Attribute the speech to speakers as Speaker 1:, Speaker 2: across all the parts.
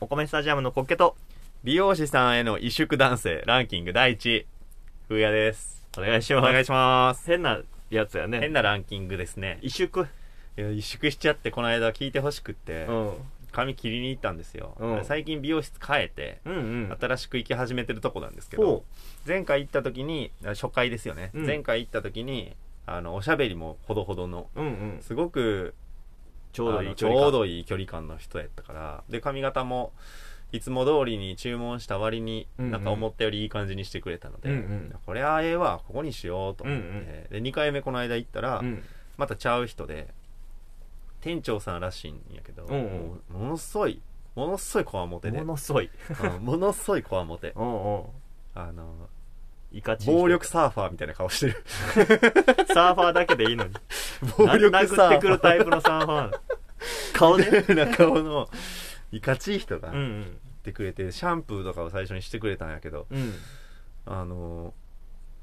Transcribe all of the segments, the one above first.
Speaker 1: お米スタジアムのコッケと、
Speaker 2: 美容師さんへの萎縮男性ランキング第1位、風やです。お願いし
Speaker 1: お
Speaker 2: ます。
Speaker 1: 願い
Speaker 2: します。
Speaker 1: 変なやつやね。
Speaker 2: 変なランキングですね。
Speaker 1: 萎縮。
Speaker 2: いや萎縮しちゃって、この間聞いてほしくって、
Speaker 1: うん。
Speaker 2: 髪切りに行ったんですよ。
Speaker 1: うん
Speaker 2: 最近美容室変えて、
Speaker 1: うんうん。
Speaker 2: 新しく行き始めてるとこなんですけ
Speaker 1: ほう
Speaker 2: ど、前回行った時に、あ初回ですよね。
Speaker 1: うん
Speaker 2: 前回行った時に、あの、おしゃべりもほどほどの、
Speaker 1: うんうん。
Speaker 2: すごく
Speaker 1: ちょうどいい距
Speaker 2: あ
Speaker 1: 離
Speaker 2: の
Speaker 1: 感。
Speaker 2: ちょうどいい距離感の人やったからで髪型もいつも通りに注文した割に、
Speaker 1: うんうん
Speaker 2: なんか思ったよりいい感じにしてくれたので、
Speaker 1: うんうん
Speaker 2: これはええわここにしようと思って、
Speaker 1: うんうん
Speaker 2: で2回目この間行ったら、
Speaker 1: うん。
Speaker 2: またちゃう人で店長さんらしいんやけど、
Speaker 1: うんうん
Speaker 2: もうものすごいものすごいこわもてで
Speaker 1: ものすごい。
Speaker 2: うんものすごいこわもて
Speaker 1: うんうん。
Speaker 2: あの
Speaker 1: いかちんしてる
Speaker 2: 暴力サーファーみたいな顔して る
Speaker 1: サーファーだけでいいのに。
Speaker 2: 暴力
Speaker 1: 殴ってくるタイプのサーファー。顔で。
Speaker 2: みたいな顔のいかちい人が、
Speaker 1: うんうん。
Speaker 2: ってくれてシャンプーとかを最初にしてくれたんやけど
Speaker 1: うん。
Speaker 2: あのー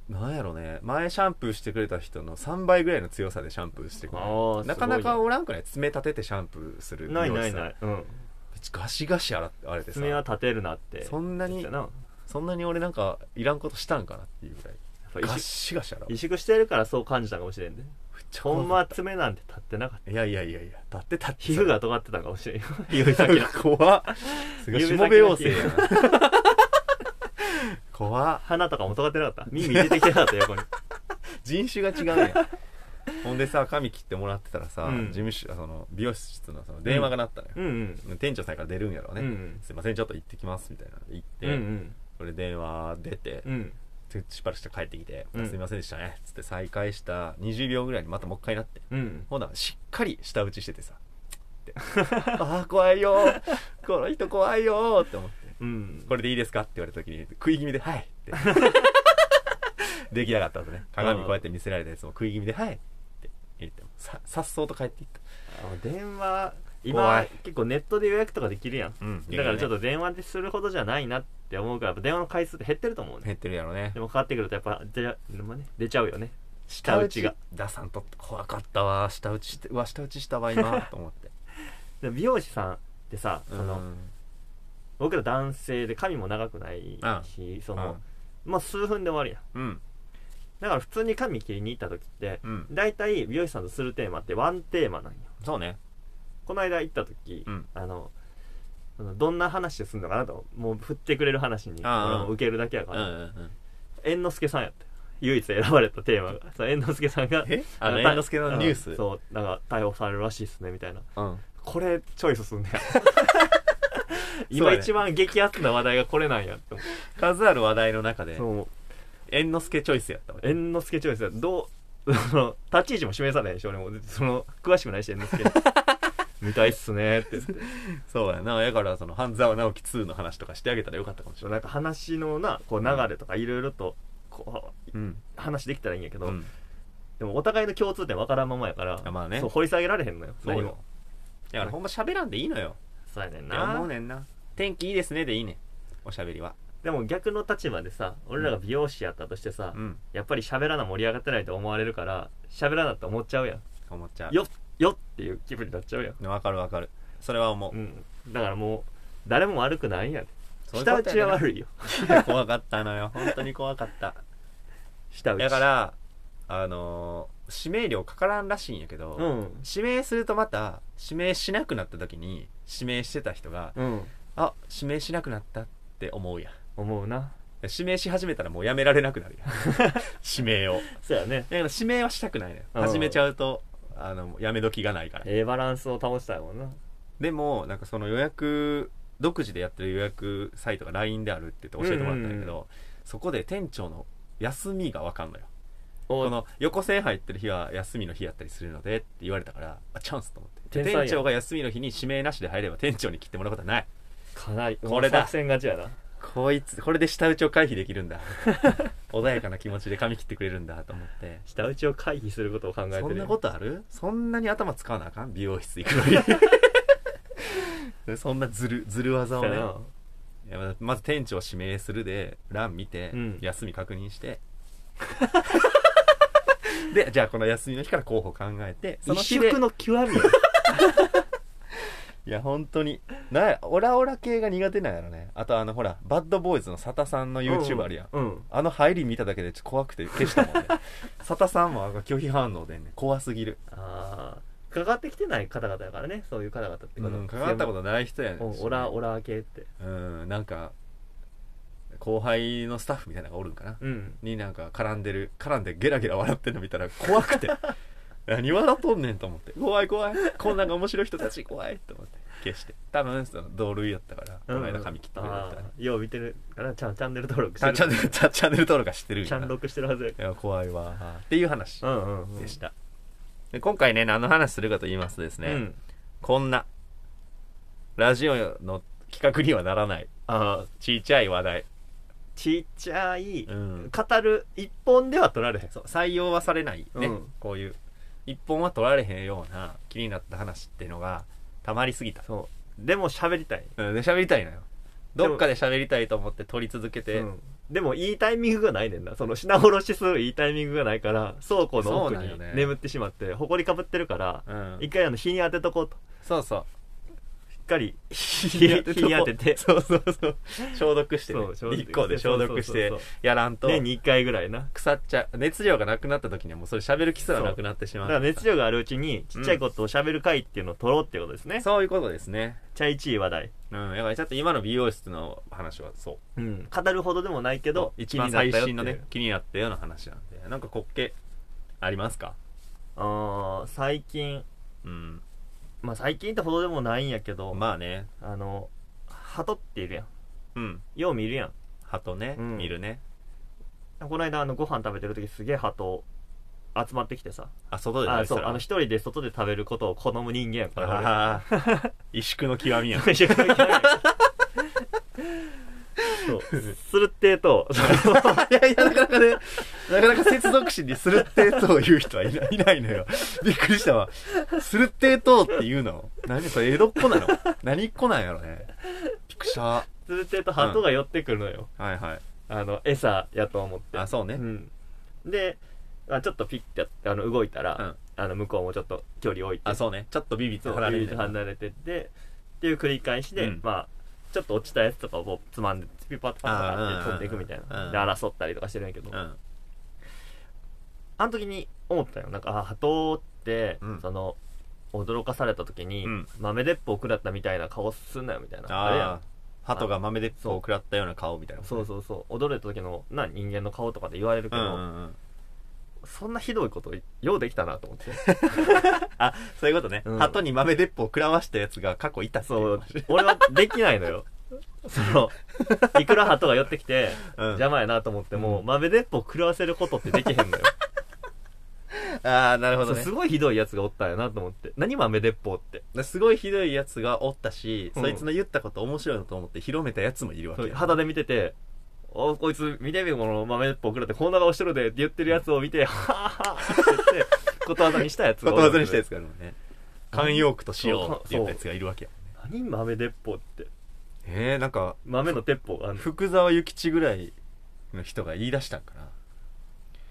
Speaker 2: なんやろね前シャンプーしてくれた人の3倍ぐらいの強さでシャンプーしてくれ
Speaker 1: あー
Speaker 2: るなかな
Speaker 1: すごい
Speaker 2: か
Speaker 1: ね
Speaker 2: おらんくない爪立ててシャンプーする
Speaker 1: ないない
Speaker 2: 美容
Speaker 1: ない。
Speaker 2: 師
Speaker 1: うん。
Speaker 2: さんガシガシ洗ってあれてさ
Speaker 1: 爪は立てるなって。
Speaker 2: そんなに
Speaker 1: 言ってたな
Speaker 2: そんなに俺なんかいらんことしたんかなっていうぐらい
Speaker 1: やっぱ
Speaker 2: ガ
Speaker 1: 萎縮
Speaker 2: シガシ洗う
Speaker 1: 萎縮してるからそう感じたかもしれんね。
Speaker 2: めっちゃ怖
Speaker 1: ほ
Speaker 2: かっ
Speaker 1: んまは爪なんて立ってなかった。
Speaker 2: たいやいやいやいや立って立って
Speaker 1: 皮膚が尖ってたかもしれんよ。指先が。
Speaker 2: 怖っすごいしもべ 妖精やな怖っ
Speaker 1: 鼻とかも尖ってなかった。耳出てきてなかった横に。
Speaker 2: 人種が違うんやほんでさ髪切ってもらってたらさ、
Speaker 1: うん
Speaker 2: 事務所その美容室のその電話が鳴ったのよ、
Speaker 1: うんうん。
Speaker 2: 店長さんから出るんやろうね、
Speaker 1: うんうん
Speaker 2: すいませんちょっと行ってきますみたいなので行って、
Speaker 1: うんうん。
Speaker 2: 俺電話出て、
Speaker 1: うん。
Speaker 2: でしばらくして帰ってきて、
Speaker 1: うん
Speaker 2: すいませんでしたねっつって再開した20秒ぐらいにまたもう一回なって
Speaker 1: うん。
Speaker 2: ほなしっかり舌打ちしててさって ああ怖いよーこの人怖いよーって思って
Speaker 1: うん。
Speaker 2: これでいいですかって言われた時に食い気味で「はい」って 出来上がった後ね鏡こうやって見せられたやつも食い気味で「はい」って言ってささっそうと帰っていった
Speaker 1: あの電話
Speaker 2: 怖
Speaker 1: 今
Speaker 2: い
Speaker 1: 結構ネットで予約とかできるやん、
Speaker 2: うん
Speaker 1: だからちょっと電話でするほどじゃないなって思うからやっぱ電話の回数って減ってると思うね
Speaker 2: 減ってるやろね
Speaker 1: でもかかってくるとやっぱ出,、まあね、出ちゃうよね
Speaker 2: 舌
Speaker 1: 舌
Speaker 2: 打
Speaker 1: 打
Speaker 2: ち
Speaker 1: ち
Speaker 2: が
Speaker 1: が
Speaker 2: 出さんとって怖かったわ舌打ちしてうわ舌打ちしたわ 今と思って
Speaker 1: で美容師さんってさその、
Speaker 2: うん
Speaker 1: 僕ら男性で髪も長くないし、その、まあ数分で終わりやん
Speaker 2: うん
Speaker 1: だから普通に髪切りに行った時って、
Speaker 2: うん
Speaker 1: 大体美容師さんとするテーマってワンテーマなんよ
Speaker 2: そうね
Speaker 1: この間行った時、
Speaker 2: うん
Speaker 1: あのそのどんな話すんのかなともう振ってくれる話に
Speaker 2: ああ
Speaker 1: 俺も受けるだけや
Speaker 2: う
Speaker 1: か
Speaker 2: んう
Speaker 1: ら、
Speaker 2: んうん
Speaker 1: 猿之助さんやって唯一選ばれたテ ーマがそう猿之助さんが
Speaker 2: えあの
Speaker 1: た
Speaker 2: 猿之助のニュース
Speaker 1: うんそうなんか逮捕されるらしいっすねみたいな
Speaker 2: うん
Speaker 1: これチョイスすんね や
Speaker 2: そう
Speaker 1: 今
Speaker 2: やね
Speaker 1: 一番激アツな話題がこれなんやって思って
Speaker 2: 数ある話題の中で
Speaker 1: そう
Speaker 2: 猿之助チョイスやったわ
Speaker 1: 猿之助チョイスやどう その立ち位置も示さないでしょ俺もその詳しくないし猿 之助見たいっすねって言って
Speaker 2: そうやなだからその半沢直樹2の話とかしてあげたらよかったかもしれ
Speaker 1: な
Speaker 2: ない
Speaker 1: んか話のなこう流れとかいろいろとこう
Speaker 2: うん
Speaker 1: 話できたらいいんやけど、
Speaker 2: うん
Speaker 1: でもお互いの共通点分からんままやから、
Speaker 2: あまあね
Speaker 1: そう掘り下げられへんのよ
Speaker 2: そう
Speaker 1: 何
Speaker 2: よ
Speaker 1: も
Speaker 2: だからほんま喋らんでいいのよ
Speaker 1: そうやねん
Speaker 2: いや
Speaker 1: な
Speaker 2: 思うねんな天気いいですねでいいねおしゃべりは
Speaker 1: でも逆の立場でさ俺らが美容師やったとしてさ、
Speaker 2: うん
Speaker 1: やっぱり喋らな盛り上がってないと思われるから喋らなって思っちゃうやん
Speaker 2: 思っちゃう
Speaker 1: よっよっっていう気分になっちゃうやん、
Speaker 2: わかるわかるそれは思う、
Speaker 1: うん、だからもう誰も悪くないんやで
Speaker 2: そういう
Speaker 1: 舌
Speaker 2: こ
Speaker 1: 打
Speaker 2: とや
Speaker 1: ち
Speaker 2: ね
Speaker 1: は悪いよ
Speaker 2: 怖かったのよ本当に怖かった
Speaker 1: 舌打ち
Speaker 2: だからあのー指名料かからんらしいんやけど、
Speaker 1: うん
Speaker 2: 指名するとまた指名しなくなった時に指名してた人が、
Speaker 1: うん
Speaker 2: あ指名しなくなったって思うやん
Speaker 1: 思うな
Speaker 2: 指名し始めたらもうやめられなくなるやん 指名を
Speaker 1: そうやね
Speaker 2: だから指名はしたくないのよ
Speaker 1: うん
Speaker 2: 始めちゃうとあのやめ時がないから
Speaker 1: ええバランスを保ちたいもんな
Speaker 2: でもなんかその予約独自でやってる予約サイトが LINE であるって言って教えてもらったんだけど、
Speaker 1: うんうん
Speaker 2: そこで店長の休みが分かんのよ
Speaker 1: お
Speaker 2: この横線入ってる日は休みの日やったりするのでって言われたからあチャンスと思っ
Speaker 1: 天
Speaker 2: て
Speaker 1: 才や
Speaker 2: 店長が休みの日に指名なしで入れば店長に切ってもらうことはない
Speaker 1: かなり
Speaker 2: これだ
Speaker 1: もう作戦勝ちやな
Speaker 2: こいつこれで下打ちを回避できるんだ 穏やかな気持ちで髪切ってくれるんだと思って
Speaker 1: 舌打ちを回避することを考えてる
Speaker 2: そんな
Speaker 1: と
Speaker 2: ことあるそんなに頭使わなあかん美容室行くのにそんなずるずる技をねいやままず店長指名するで欄見て、
Speaker 1: うん
Speaker 2: 休み確認して でじゃあこの休みの日から候補考えてその
Speaker 1: 一
Speaker 2: 日で
Speaker 1: 色の極みや
Speaker 2: いや本当になんやオラオラ系が苦手なんやろねあとあのほらバッドボーイズの佐田さんの YouTube あるやん、
Speaker 1: うん、うん
Speaker 2: あの入り見ただけでちょっと怖くて消したもんね佐田さんも拒否反応でね怖すぎる
Speaker 1: ああかかってきてない方々やからねそういう方々ってこ
Speaker 2: う
Speaker 1: と、
Speaker 2: んかかったことない人やね
Speaker 1: うんオラオラ系って
Speaker 2: うんなんか後輩のスタッフみたいなのがおるんかな、
Speaker 1: うん
Speaker 2: になんか絡んでる絡んでゲラゲラ笑ってるの見たら怖くて 何笑っとんねんと思って怖い怖いこんなんが面白い人たち怖いと思って消して多分その同類やったからこの間髪切った
Speaker 1: うん
Speaker 2: ぐらいだったからね
Speaker 1: あーよう見てるからちゃんチャンネル登録して
Speaker 2: あ
Speaker 1: る
Speaker 2: チャンネルチャチャンネル登録はしてる ん
Speaker 1: チ
Speaker 2: や
Speaker 1: ャン
Speaker 2: な
Speaker 1: 録してるはずや
Speaker 2: いや怖いわっていう話
Speaker 1: うんうんうん
Speaker 2: でした、で今回ね何の話するかと言いますとですね、
Speaker 1: うん
Speaker 2: こんなラジオの企画にはならない
Speaker 1: ああ
Speaker 2: ちっちゃい話題、
Speaker 1: ちっちゃい、
Speaker 2: ん
Speaker 1: 語る一本では取られへん
Speaker 2: そう採用はされないね、
Speaker 1: うん
Speaker 2: こういう一本は取られへんような気になった話っていうのがたまりすぎた、
Speaker 1: そうでも喋りたい
Speaker 2: うん、で喋りたいのよ
Speaker 1: でも
Speaker 2: どっかで喋りたいと思って取り続けて、
Speaker 1: うんでもいいタイミングがないねんなその品卸しするいいタイミングがないから倉庫の奥
Speaker 2: そうなんよ
Speaker 1: に
Speaker 2: ね
Speaker 1: 眠ってしまって埃かぶってるから
Speaker 2: うん
Speaker 1: 一回あの日に当てとこうと
Speaker 2: そうそう
Speaker 1: しっかり
Speaker 2: 日
Speaker 1: に当てて
Speaker 2: に当てて そうそうそう消毒して、ね
Speaker 1: そう、消毒
Speaker 2: 日光で消毒し
Speaker 1: そ
Speaker 2: て
Speaker 1: うそうそう
Speaker 2: やらんと
Speaker 1: 年に1回ぐらいな
Speaker 2: 腐っちゃう熱量がなくなった時にはもうそれ喋る気すらなくなってしま
Speaker 1: だ
Speaker 2: う
Speaker 1: から熱量があるうちにちっちゃいことを喋る会っていうのを取ろうってことですね
Speaker 2: そういうことですね
Speaker 1: ちゃいちい話題
Speaker 2: うんやっぱりちょっと今の美容室の話はそう
Speaker 1: うん語るほどでもないけ
Speaker 2: け
Speaker 1: ど
Speaker 2: 一番最新の
Speaker 1: 気に
Speaker 2: ね
Speaker 1: なったよっていう
Speaker 2: 気になったような話なんでなんか滑稽ありますか
Speaker 1: あー最近
Speaker 2: うん
Speaker 1: まあ最近ってほどでもないんやけど
Speaker 2: まあね
Speaker 1: あの鳩っているやん
Speaker 2: うん
Speaker 1: よう見るやん
Speaker 2: 鳩ね、
Speaker 1: うん
Speaker 2: 見るね
Speaker 1: この間あのご飯食べてる時すげえ鳩集まってきてさ
Speaker 2: あ外で
Speaker 1: あ
Speaker 2: 食べ
Speaker 1: そう
Speaker 2: た
Speaker 1: あの一人で外で食べることを好む人間やから
Speaker 2: あー萎縮の極みやん
Speaker 1: 俺そうするってえとその
Speaker 2: いやいや、なかなかね、なかなか接続詞にするってえとを言う人はいないいないのよ。びっくりしたわ。するってえとって言うの何それ、江戸っ子なの何っ子なんやろね。ピクシャー。
Speaker 1: するってえと鳩が寄ってくるのよ、
Speaker 2: はいはい。
Speaker 1: あの餌やと思って
Speaker 2: あ、そうね。
Speaker 1: うん、で、まあ、ちょっとピッてやってあの動いたら、
Speaker 2: うん
Speaker 1: あの向こうもちょっと距離置いて
Speaker 2: あ、そうね。ちょっとビビって
Speaker 1: そう
Speaker 2: 離れる
Speaker 1: ビビッと離れてってっていう繰り返しで、
Speaker 2: うん
Speaker 1: まあちょっと落ちたやつとかをこうつまんでピパッパッパッって取っていくみたい
Speaker 2: うん
Speaker 1: なで争ったりとかしてるんやけど、
Speaker 2: うん。
Speaker 1: あの時に思ったよなんかあ鳩って、
Speaker 2: うん
Speaker 1: その驚かされた時に、
Speaker 2: うん
Speaker 1: 豆鉄砲食らったみたいな顔すんなよみたいなあれや
Speaker 2: あ
Speaker 1: ん
Speaker 2: あ、鳩が豆鉄砲を食らったような顔みたいな。
Speaker 1: そうそうそう驚いた時のな人間の顔とかで言われるけ
Speaker 2: うん
Speaker 1: ど、
Speaker 2: うんうん。
Speaker 1: そんなひどいことようできたなと思って
Speaker 2: あ、そういうことね。
Speaker 1: うん
Speaker 2: 鳩に豆鉄砲を食らわしたやつが過去いたってい
Speaker 1: そう
Speaker 2: 話
Speaker 1: 俺はできないのよそのいくら鳩が寄ってきて
Speaker 2: うん
Speaker 1: 邪魔やなと思っても、
Speaker 2: うん
Speaker 1: 豆鉄砲食らわせることってできへんの よ
Speaker 2: ああ、なるほ
Speaker 1: そ
Speaker 2: ど
Speaker 1: う
Speaker 2: ね
Speaker 1: す。ごいひどいやつがおったんやなと思って何豆鉄砲って
Speaker 2: すごいひどいやつがおったし、
Speaker 1: うん
Speaker 2: そいつの言ったこと面白いなと思って広めたやつもいるわけ
Speaker 1: そう
Speaker 2: や
Speaker 1: 肌で見てて「おこいつ見てみこの豆鉄砲食らってこんな顔してるで」って言ってるやつを見 て「はあはあ」って言ってことわざにしたやつ
Speaker 2: ことわざにしたや
Speaker 1: つ
Speaker 2: つがあるもんね慣用句としようって言ったやつがいるわけやもんね
Speaker 1: 何豆鉄砲って
Speaker 2: えー、なんか
Speaker 1: 豆の鉄砲があんの
Speaker 2: 福沢諭吉ぐらいの人が言い出したんか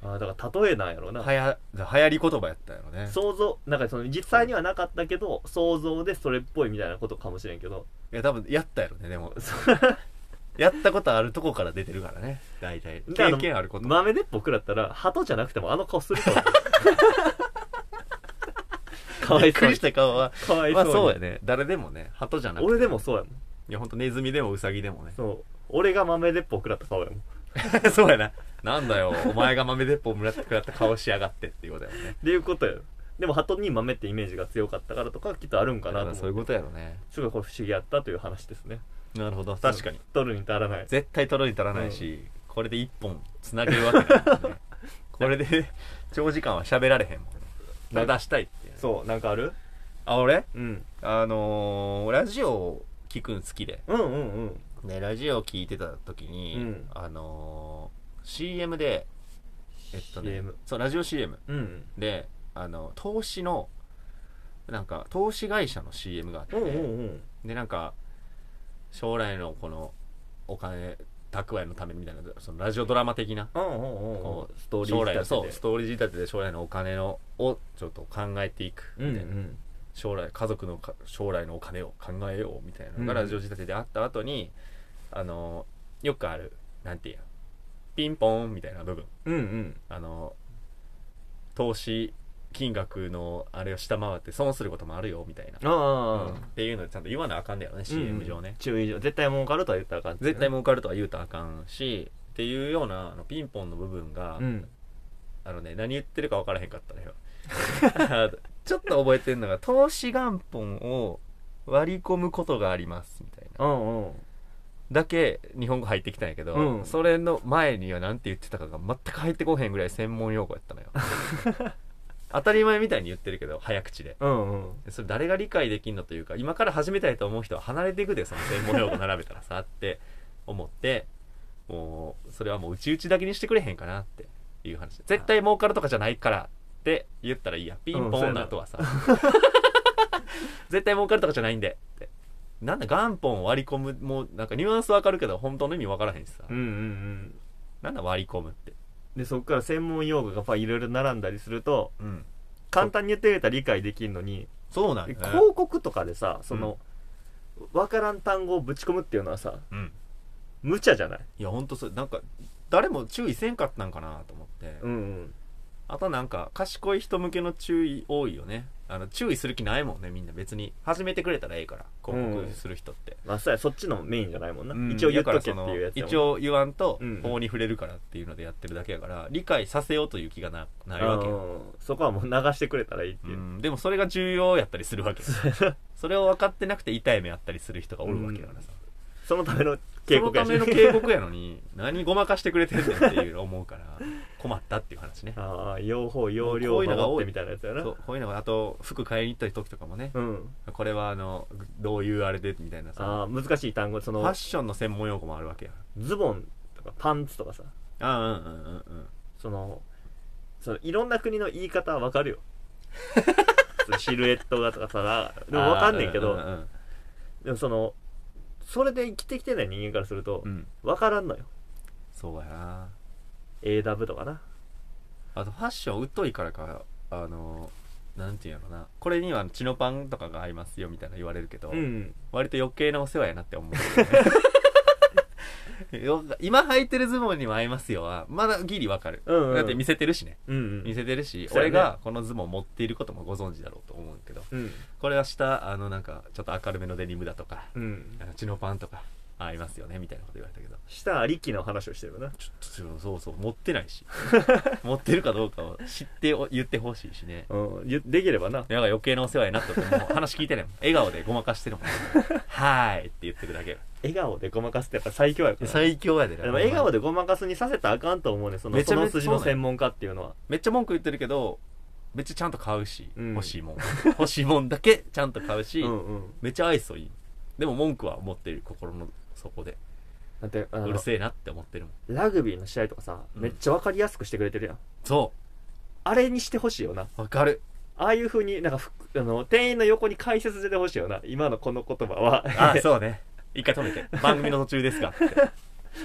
Speaker 1: あーだから例えなんやろな
Speaker 2: なはや流行り言葉やったんやろね
Speaker 1: 想像なんかその実際にはなかったけど想像でそれっぽいみたいなことかもしれんけど
Speaker 2: いや多分やったやろねでも やったことあるとこから出てるからね大体
Speaker 1: で
Speaker 2: 経験あること
Speaker 1: の豆鉄砲食らったら鳩じゃなくてもあの顔する と思うかわ
Speaker 2: び
Speaker 1: い
Speaker 2: っ
Speaker 1: そ
Speaker 2: く
Speaker 1: う
Speaker 2: り
Speaker 1: に
Speaker 2: した顔は
Speaker 1: かわい
Speaker 2: ま
Speaker 1: そうに
Speaker 2: あそうやね誰でもね鳩じゃなくて
Speaker 1: 俺でもそうやもん
Speaker 2: いやほんとネズミでもウサギでもね
Speaker 1: そう俺が豆鉄砲食らった顔やもん
Speaker 2: そうやななんだよお前が豆鉄砲もらってくらった顔しやがってっていうことやもんね
Speaker 1: っていうことやでも鳩に豆ってイメージが強かったからとかきっとあるんかなと思
Speaker 2: そういう
Speaker 1: う
Speaker 2: ことやろね
Speaker 1: すごいこれ不思議やったという話ですね
Speaker 2: なるほど確かに
Speaker 1: 取るに足らない
Speaker 2: 絶対取るに足らないし、これで一本つ なげるわけだからねこれで長時間は喋られへんもん
Speaker 1: なん
Speaker 2: 出したいっていう
Speaker 1: そうなんかある
Speaker 2: あ俺
Speaker 1: うん
Speaker 2: あのーラジオ聞くん好きで、
Speaker 1: うんうんうん
Speaker 2: ね、ラジオ聞いてた時に、
Speaker 1: うん
Speaker 2: あのー CM でえっとね
Speaker 1: CM
Speaker 2: そうラジオ CM
Speaker 1: うん
Speaker 2: であの投資のなんか投資会社の CM があって、
Speaker 1: うんうんうん
Speaker 2: でなんか将来のこのお金蓄えのためみたいなそのラジオドラマ的な
Speaker 1: うんうんうん
Speaker 2: こう
Speaker 1: ストーリー
Speaker 2: 将来の
Speaker 1: 仕
Speaker 2: そ
Speaker 1: 立
Speaker 2: う
Speaker 1: て
Speaker 2: ストーリー仕立てで将来のお金のをちょっと考えていく
Speaker 1: でうんう
Speaker 2: みたいな、
Speaker 1: ん
Speaker 2: 将来家族のか将来のお金を考えようみたいなのが
Speaker 1: うん
Speaker 2: ラジオ仕立てであった後に、あのよくあるなんていうやピンポンみたいな部分
Speaker 1: うんうん
Speaker 2: あの投資金額のあれを下回って損することもあるよみたいな、
Speaker 1: あ
Speaker 2: うんっ
Speaker 1: あ
Speaker 2: ていうのでちゃんと言わなあかんだよね CM 上ね、
Speaker 1: 注意上絶対儲かるとは言ったらあかん
Speaker 2: 絶対儲かるとは言うたらあかんしっていうようなあのピンポンの部分が、
Speaker 1: うん
Speaker 2: あのね何言ってるか分からへんかったのよあ ちょっと覚えてんのが投資元本を割り込むことがありますみたいな
Speaker 1: うんうん
Speaker 2: だけ日本語入ってきたんやけど、
Speaker 1: うん
Speaker 2: それの前には何て言ってたかが全く入ってこへんぐらい専門用語やったのよ 当たり前みたいに言ってるけど早口で
Speaker 1: うんうん
Speaker 2: それ誰が理解できんのというか今から始めたいと思う人は離れていくでその専門用語並べたら さって思ってもうそれはもううちうちだけにしてくれへんかなっていう話絶対儲かるとかじゃないからって言ったらいいやピンポンの後はさ、 絶対儲かるとかじゃないんでってなんだ元本を割り込むもうなんかニュアンスわかるけど本当の意味わからへんしさ、
Speaker 1: うんうんうん
Speaker 2: なんだ割り込むって
Speaker 1: でそこから専門用語がパいろいろ並んだりすると
Speaker 2: うん
Speaker 1: 簡単に言ってくれたら理解できるのに
Speaker 2: そうなんだ、ね、
Speaker 1: 広告とかでさその、わからん単語をぶち込むっていうのはさ
Speaker 2: うん
Speaker 1: 無茶じゃない
Speaker 2: いや本当それなんか誰も注意せんかったんかなと思って、
Speaker 1: うんうん
Speaker 2: あとなんか、賢い人向けの注意多いよね。あの、注意する気ないもんね、みんな別に。始めてくれたらええから、広告する人って。
Speaker 1: まあそうやそっちのメインじゃないもんな、
Speaker 2: うん
Speaker 1: 一応言っとけって
Speaker 2: だからその
Speaker 1: いうやつやもん
Speaker 2: 一応言わんと、
Speaker 1: うん
Speaker 2: 法に触れるからっていうのでやってるだけやから、理解させようという気がなないわけよ。
Speaker 1: うんそこはもう流してくれたらいいって
Speaker 2: う
Speaker 1: いう、
Speaker 2: ん、でもそれが重要やったりするわけよ それを分かってなくて痛い目あったりする人がおるわけやからさ、
Speaker 1: そのための警
Speaker 2: その
Speaker 1: 告や
Speaker 2: た
Speaker 1: し
Speaker 2: めの警告やのに何ごまかしてくれてんねんっていう思 うから困ったっていう話ね
Speaker 1: ああ用法用量
Speaker 2: こう
Speaker 1: を
Speaker 2: いうのが
Speaker 1: 守っ
Speaker 2: 多い
Speaker 1: てみたいなやつやな
Speaker 2: そうこういうのがあと服買いに行った時とかもね、
Speaker 1: うん
Speaker 2: これはあのどういうあれでみたいなさ
Speaker 1: ああ難しい単語そ
Speaker 2: ファッ
Speaker 1: の
Speaker 2: ションの専門用語もあるわけや
Speaker 1: ズボンとかパンツとかさ
Speaker 2: あうんうんうんうん
Speaker 1: そのそのいろんな国の言い方はわ かるよそのシルエットがとかさでもわかんねんけど、
Speaker 2: あーうん
Speaker 1: でもそのそれで生きてきてない人間からすると
Speaker 2: うんうん、うん
Speaker 1: わからんのよ
Speaker 2: そうやな
Speaker 1: AW とかな
Speaker 2: あとファッション疎いからかあのなんていうんやろなこれにはチノパンとかが合いますよみたいな言われるけど、
Speaker 1: うん
Speaker 2: 割と余計なお世話やなって思う、 ね、よ今履いてるズボンにも合いますよはまだギリわかる、
Speaker 1: うんうん
Speaker 2: だって見せてるしね
Speaker 1: うんうん
Speaker 2: 見せてるし、
Speaker 1: そうや
Speaker 2: 俺
Speaker 1: ね
Speaker 2: がこのズボンを持っていることもご存知だろうと思うけど
Speaker 1: うん
Speaker 2: これは下あのなんかちょっと明るめのデニムだとか
Speaker 1: うん
Speaker 2: あのチノパンとか合いますよねみたいなこと言われたけど
Speaker 1: 下ありきの話をしてるよな
Speaker 2: ちょっとそれそうそう持ってない し持ってるかどうかを知ってお言ってほしいしね
Speaker 1: うんゆできればな
Speaker 2: なんか余計なお世話になったと思う話聞いてないもん笑顔でごまかしてるもんはーいって言ってるだけ
Speaker 1: 笑顔でごまかすってやっぱ最強やから
Speaker 2: 最強やで
Speaker 1: でも笑顔
Speaker 2: で
Speaker 1: でごまかすにさせたらあかんと思うねその
Speaker 2: めちゃ
Speaker 1: そ
Speaker 2: めち
Speaker 1: の
Speaker 2: ゃ
Speaker 1: 筋の専門家っていうのは
Speaker 2: めっちゃ文句言ってるけどめっちゃちゃんと買うし、
Speaker 1: うん
Speaker 2: 欲しいもん欲しいもんだけちゃんと買うし、
Speaker 1: うんうん
Speaker 2: めっちゃ愛想いいでも文句は持ってる心の底で
Speaker 1: だってあの
Speaker 2: うるせえなって思ってるもん
Speaker 1: ラグビーの試合とかさ
Speaker 2: うん
Speaker 1: めっちゃわかりやすくしてくれてるやん
Speaker 2: そ
Speaker 1: あれにしてほしいよな
Speaker 2: うわかる
Speaker 1: ああいう風になんかふあの店員の横に解説してほしいよな今のこの言葉は
Speaker 2: あ、そうね。一回止めて。番組の途中ですが。って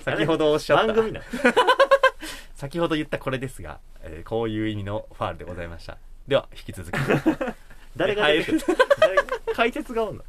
Speaker 2: 先ほどおっしゃった。
Speaker 1: 番組な
Speaker 2: 先ほど言ったこれですが、えーこういう意味のファールでございました。では、引き続き。
Speaker 1: 誰が出てくる誰が解説がおんの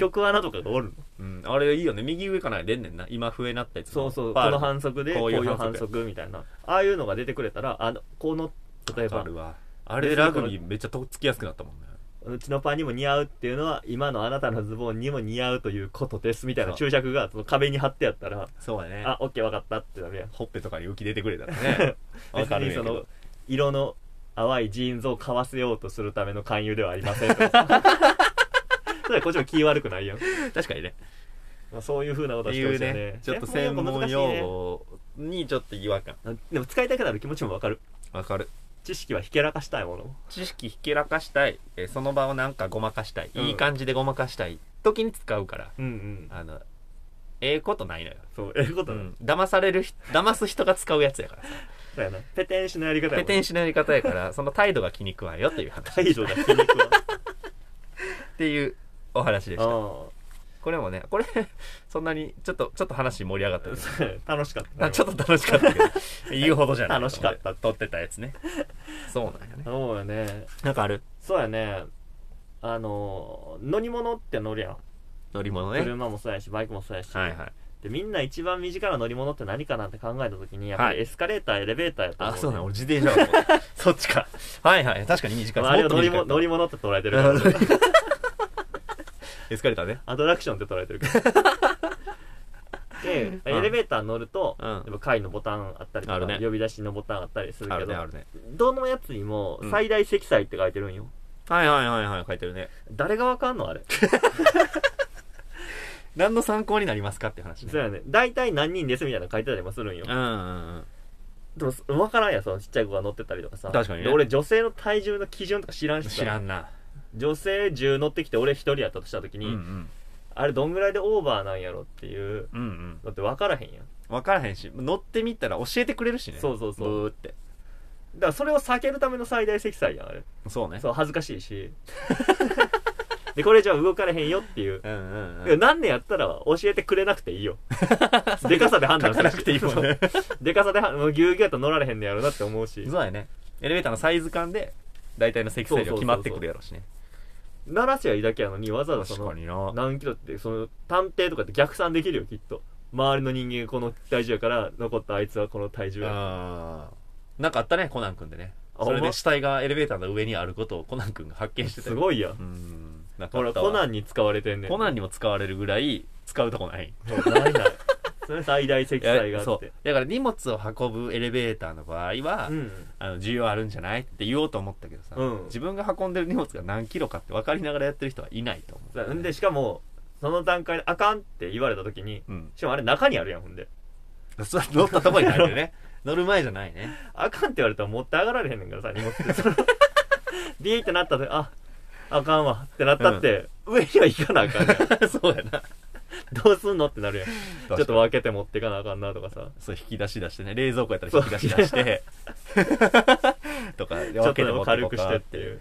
Speaker 1: 曲穴とかがおるの
Speaker 2: うん、あれいいよね。右上から出んねんな。今笛なったやつ。
Speaker 1: そうそう
Speaker 2: フ
Speaker 1: こ
Speaker 2: ァール
Speaker 1: の反則で
Speaker 2: こ
Speaker 1: こ
Speaker 2: う
Speaker 1: う
Speaker 2: い
Speaker 1: いうう
Speaker 2: 反
Speaker 1: 反
Speaker 2: 則
Speaker 1: 則みたいなああいうのが出てくれたらあのこの例え
Speaker 2: わか
Speaker 1: ば
Speaker 2: るわ。あれでラグビーめっちゃとっつきやすくなったもんね。
Speaker 1: うちのパンにも似合うっていうのは今のあなたのズボンにも似合うということですみたいな
Speaker 2: そう
Speaker 1: 注釈がその壁に貼ってやったら
Speaker 2: そうやね
Speaker 1: あオッケー分かったってなるやん
Speaker 2: ほっぺとかに浮き出てくれたらね。わかるん
Speaker 1: 別にそ
Speaker 2: やけ
Speaker 1: の
Speaker 2: ど。
Speaker 1: 色の淡いジーンズを買わせようとするための勧誘ではありませんそ れこっちも気悪くないやん、
Speaker 2: 確かにね。
Speaker 1: まあ、そういうふうなこ
Speaker 2: っ
Speaker 1: と
Speaker 2: て
Speaker 1: はしてほ
Speaker 2: いう
Speaker 1: しいよね
Speaker 2: ね。ちょっと専門用語にちょっと違和感。
Speaker 1: 語でも使いたくなる気持ちも分かる
Speaker 2: わかる。
Speaker 1: 知識はひけらかしたいもの
Speaker 2: 知識ひけらかしたい、えーその場をなんかごまかしたい、
Speaker 1: うん
Speaker 2: いい感じでごまかしたい時に使うから
Speaker 1: うんうん
Speaker 2: あのええことないのよ、
Speaker 1: そうええこと
Speaker 2: う
Speaker 1: だ、
Speaker 2: ん、騙される人騙す人が使うやつやからさ
Speaker 1: そうやなペテン師のやり方やも
Speaker 2: ペ
Speaker 1: ん
Speaker 2: テン師のやり方やからその態度が気に食わんよっていう話
Speaker 1: 態度が皮肉は
Speaker 2: っていうお話でした
Speaker 1: あ
Speaker 2: これもねこれそんなにちょっとちょっと話盛り上がったけど
Speaker 1: あ楽しかった
Speaker 2: あちょっと楽しかっ たけど言うほどじゃない
Speaker 1: 楽しかった
Speaker 2: 撮ってたやつねそうなんやね
Speaker 1: そうやね
Speaker 2: なんかある
Speaker 1: そうやねあの乗り物って乗るやん、
Speaker 2: 乗り物ね
Speaker 1: 車もそうやしバイクもそうやし、
Speaker 2: はいはい
Speaker 1: でみんな一番身近な乗り物って何かなって考えた時にやっぱ
Speaker 2: はい
Speaker 1: りエスカレーター、エレベーターやと思う、
Speaker 2: あそうなの
Speaker 1: の
Speaker 2: 俺自転車 だと思ったそっちかはいはい確かに短い
Speaker 1: あ、あれを
Speaker 2: もっと
Speaker 1: 乗り
Speaker 2: 短
Speaker 1: も
Speaker 2: い
Speaker 1: 乗り物って捉えてる
Speaker 2: な
Speaker 1: か
Speaker 2: る
Speaker 1: ら
Speaker 2: ほど エスカレーターね
Speaker 1: アトラクションって捉えてるから で
Speaker 2: うん
Speaker 1: エレベーター乗ると、
Speaker 2: うん
Speaker 1: やっぱ階のボタンあったりと
Speaker 2: あ
Speaker 1: か、
Speaker 2: るね
Speaker 1: 呼び出しのボタンあったりする
Speaker 2: あ
Speaker 1: け
Speaker 2: る
Speaker 1: ど
Speaker 2: ねあるね
Speaker 1: どのやつにも
Speaker 2: うん
Speaker 1: 最大積載って書いてるんよ、
Speaker 2: はいはいはいはい書いてるね
Speaker 1: 誰がわかんのあれ
Speaker 2: 何の参考になりますかって話ね
Speaker 1: そうやね大体何人ですみたいなの書いてたりもするんよ
Speaker 2: うんうんうん
Speaker 1: でも分からんやんそのちっちゃい子が乗ってたりとかさ
Speaker 2: 確かにね
Speaker 1: で俺女性の体重の基準とか知らんしさ
Speaker 2: 知らんな
Speaker 1: 女性10乗ってきて俺一人やったとした時
Speaker 2: うん
Speaker 1: に、
Speaker 2: うん
Speaker 1: あれどんぐらいでオーバーなんやろっていう
Speaker 2: うんうん
Speaker 1: のって分からへんやん、
Speaker 2: 分からへんし乗ってみたら教えてくれるしね
Speaker 1: そうそうそう
Speaker 2: ブーって
Speaker 1: だからそれを避けるための最大積載やんあれ
Speaker 2: そうね
Speaker 1: そう恥ずかしいし でこれじゃ動かれへんよっていう
Speaker 2: うんうんうん
Speaker 1: 何年やったら教えてくれなくていい よでかさで判
Speaker 2: 書
Speaker 1: 断
Speaker 2: かなくていいもんね
Speaker 1: でかさではもうギュうギュうやったら乗られへんのやろなって思うし
Speaker 2: そうやねエレベーターのサイズ感で大体の積載量決まってくるやろうしね
Speaker 1: 鳴らしはいいだけやのにわざわざその
Speaker 2: にな
Speaker 1: 何キロってその探偵とかって逆算できるよきっと周りの人間がこの体重やから残ったあいつはこの体重や
Speaker 2: あーなんかあったねコナン君でね
Speaker 1: あ
Speaker 2: それ
Speaker 1: ほん
Speaker 2: で
Speaker 1: ま
Speaker 2: 死体がエレベーターの上にあることをコナン君が発見してた
Speaker 1: す
Speaker 2: よ
Speaker 1: ごいやん
Speaker 2: うんなんか
Speaker 1: ほ
Speaker 2: あ
Speaker 1: ら
Speaker 2: った
Speaker 1: コ
Speaker 2: わ
Speaker 1: ナンに使われてんねん
Speaker 2: コナンにも使われるぐらい使うとこない
Speaker 1: もうないない それ最大積載があ
Speaker 2: そ
Speaker 1: っ
Speaker 2: う
Speaker 1: て
Speaker 2: だから荷物を運ぶエレベーターの場合は、
Speaker 1: うん
Speaker 2: あの需要あるんじゃないって言おうと思ったけどさ、
Speaker 1: うん
Speaker 2: 自分が運んでる荷物が何キロかって分かりながらやってる人はいないと思う、
Speaker 1: さんでしかもその段階であかんって言われた時に
Speaker 2: うん、
Speaker 1: しかもあれ中にあるやんほんで
Speaker 2: そう乗ったとこにある よね乗る前じゃないね
Speaker 1: あかんって言われたら持って上がられへんねんからさ荷物 ってそのビーってなったでああかんわってなったって、上には行かなあかんね ん
Speaker 2: そうやな
Speaker 1: どうすんのってなるやんち
Speaker 2: ちょ
Speaker 1: ょっと分けて持っていかなあかんなとかさ
Speaker 2: そう引き出し出してね冷蔵庫やったら引き出し出してとか
Speaker 1: ちょっとでも軽くしてっていう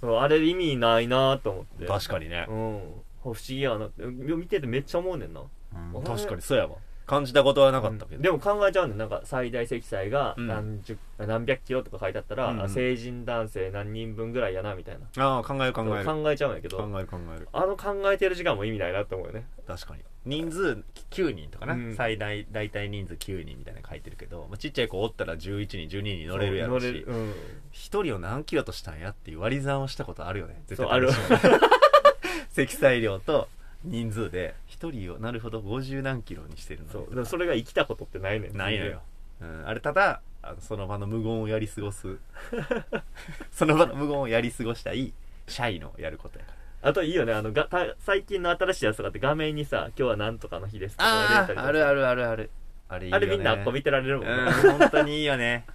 Speaker 1: そうあれ意味ないなと思って
Speaker 2: 確かにね
Speaker 1: う、ん不思議やなって見ててめっちゃ思うねんな
Speaker 2: うん確かにそうやわ感じたことはなかったけ
Speaker 1: うんで
Speaker 2: ど、
Speaker 1: も考えちゃうねんなんか最大積載が
Speaker 2: うん
Speaker 1: 何十、何百キロとか書いてあったら、
Speaker 2: うんうん
Speaker 1: あ成人男性何人分ぐらいやなみたいな
Speaker 2: ああ考える考える
Speaker 1: 考えちゃうんやけど
Speaker 2: 考える考える
Speaker 1: あの考えてる時間も意味ないなって思うよね
Speaker 2: 確かに人数9人とかな、
Speaker 1: うん
Speaker 2: 最大大体人数9人みたいなの書いてるけど、まあ、ちっちゃい子おったら11人12人乗れるやろう
Speaker 1: 乗
Speaker 2: し
Speaker 1: るうん
Speaker 2: 一人を何キロとしたんやっていう割り算をしたことあるよね
Speaker 1: そうある
Speaker 2: 積載量と人数で一人をなるほど50何キロにしてるのね
Speaker 1: そうでもそれが生きたことってないねん
Speaker 2: ないのよ、うん、あれただあのその場の無言をやり過ご すその場の無言をやり過ごしたいシャイのやることやから
Speaker 1: あといいよねあのがた最近の新しいやつとかって画面にさ「今日はなんとかの日です」とか出
Speaker 2: あ
Speaker 1: たりとか
Speaker 2: あるあるあるあるあれいいよ
Speaker 1: あ
Speaker 2: ね
Speaker 1: れみんなこびてられるもんね、
Speaker 2: うん本当にいいよね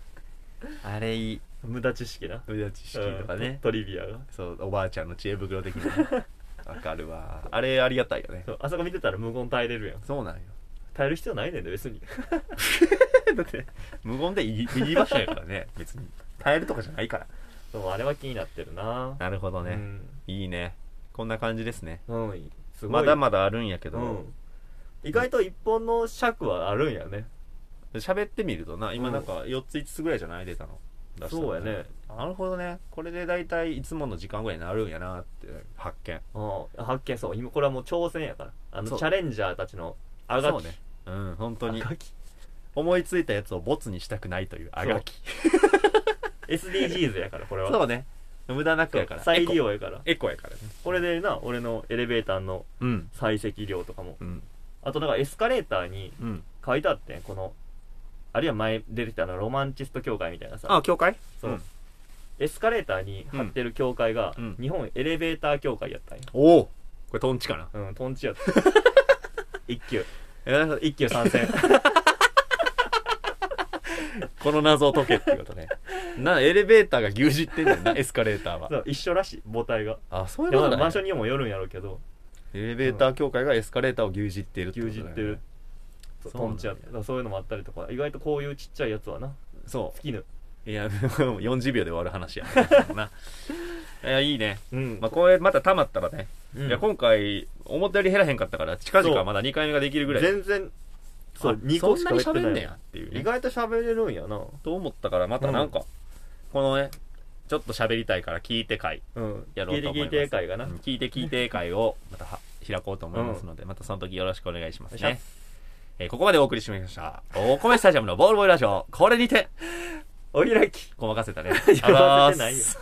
Speaker 2: あれいい
Speaker 1: 無駄知識な
Speaker 2: 無駄知識とか
Speaker 1: うん
Speaker 2: ね
Speaker 1: トトリビアが
Speaker 2: そうおばあちゃんの知恵袋的な ねわかるわあれありがたいよね
Speaker 1: そうあそこ見てたら無言耐えれるやん
Speaker 2: そうなんよ
Speaker 1: 耐える必要ないねんで別に
Speaker 2: だって無言でいいいい場所やからね別に耐えるとかじゃないから
Speaker 1: そうあれは気になってるな
Speaker 2: なるほどね、
Speaker 1: うん
Speaker 2: いいねこんな感じですね
Speaker 1: うん、すごい
Speaker 2: まだまだあるんやけど、
Speaker 1: うん、意外と一本の尺はあるんやね
Speaker 2: 喋ってみるとな今なんか4つ5つぐらいじゃない出たの出したの
Speaker 1: そうやね
Speaker 2: なるほどねこれで大体いつもの時間ぐらいになるんやなって発見
Speaker 1: うん発見そう今これはもう挑戦やからあ
Speaker 2: そ
Speaker 1: の
Speaker 2: う
Speaker 1: チャレンジャーたちのあが
Speaker 2: そう
Speaker 1: き、
Speaker 2: ねうん本当
Speaker 1: あ
Speaker 2: に
Speaker 1: がき
Speaker 2: 思いついたやつをボツにしたくないというあがき
Speaker 1: SDGs やからこれは
Speaker 2: そうね無駄なくやから
Speaker 1: 再利用やから
Speaker 2: エコやからね
Speaker 1: これでな俺のエレベーターの
Speaker 2: うん
Speaker 1: 採石量とかも
Speaker 2: うん
Speaker 1: あとなんかエスカレーターに
Speaker 2: うん
Speaker 1: 書いてあってんこのあるいは前出てきたのロマンチスト協会みたいなさ
Speaker 2: あ教会
Speaker 1: そう、
Speaker 2: ん
Speaker 1: エスカレーターに貼ってる協会が、
Speaker 2: うん
Speaker 1: 日本エレベーター協会やったんや
Speaker 2: おおこれトンチかな
Speaker 1: うんとんちやった 一級
Speaker 2: えなんか
Speaker 1: 一級参戦
Speaker 2: この謎を解けっていうこと ねなエレベーターが牛耳ってんだ よなエスカレーターは
Speaker 1: そう一緒らしい母体が
Speaker 2: あそういう
Speaker 1: で
Speaker 2: こ
Speaker 1: ま
Speaker 2: とだ、
Speaker 1: あ
Speaker 2: ね、
Speaker 1: マンションにもよるんやろうけど
Speaker 2: エレベーター協会がエスカレーターを牛耳っているって
Speaker 1: 牛
Speaker 2: こ
Speaker 1: 耳っ
Speaker 2: とだよね
Speaker 1: てる
Speaker 2: そう
Speaker 1: とんちやっただからそういうのもあったりとか意外とこういうちっちゃいやつはな
Speaker 2: そ
Speaker 1: 好きぬ
Speaker 2: ういや 40秒で終わる話やな いやいいね、
Speaker 1: うん
Speaker 2: まあ、これまた溜まったらね、
Speaker 1: うん
Speaker 2: いや今回思ったより減らへんかったから近々まだ2回目ができるぐらい
Speaker 1: 全然そう
Speaker 2: あ
Speaker 1: 2個しか
Speaker 2: そんなに喋んね
Speaker 1: や
Speaker 2: やっていう、
Speaker 1: 意
Speaker 2: ね、
Speaker 1: 外と喋れるんやな
Speaker 2: と思ったからまたなんか、このねちょっと喋りたいから聞いて会
Speaker 1: うん。
Speaker 2: やろうと思
Speaker 1: 聞
Speaker 2: います
Speaker 1: いて聞いて会がな。
Speaker 2: うん聞いて聞いて会をまたは開こうと思いますので、またその時よろしくお願いしま
Speaker 1: お
Speaker 2: す
Speaker 1: 願いし
Speaker 2: ね。えーここまでお送りしました。お米スタジアムのボールボーイラジオ、これにて、
Speaker 1: お開き。
Speaker 2: ごまかせたね。
Speaker 1: いや
Speaker 2: あ
Speaker 1: 忘
Speaker 2: らー
Speaker 1: れてないよ
Speaker 2: す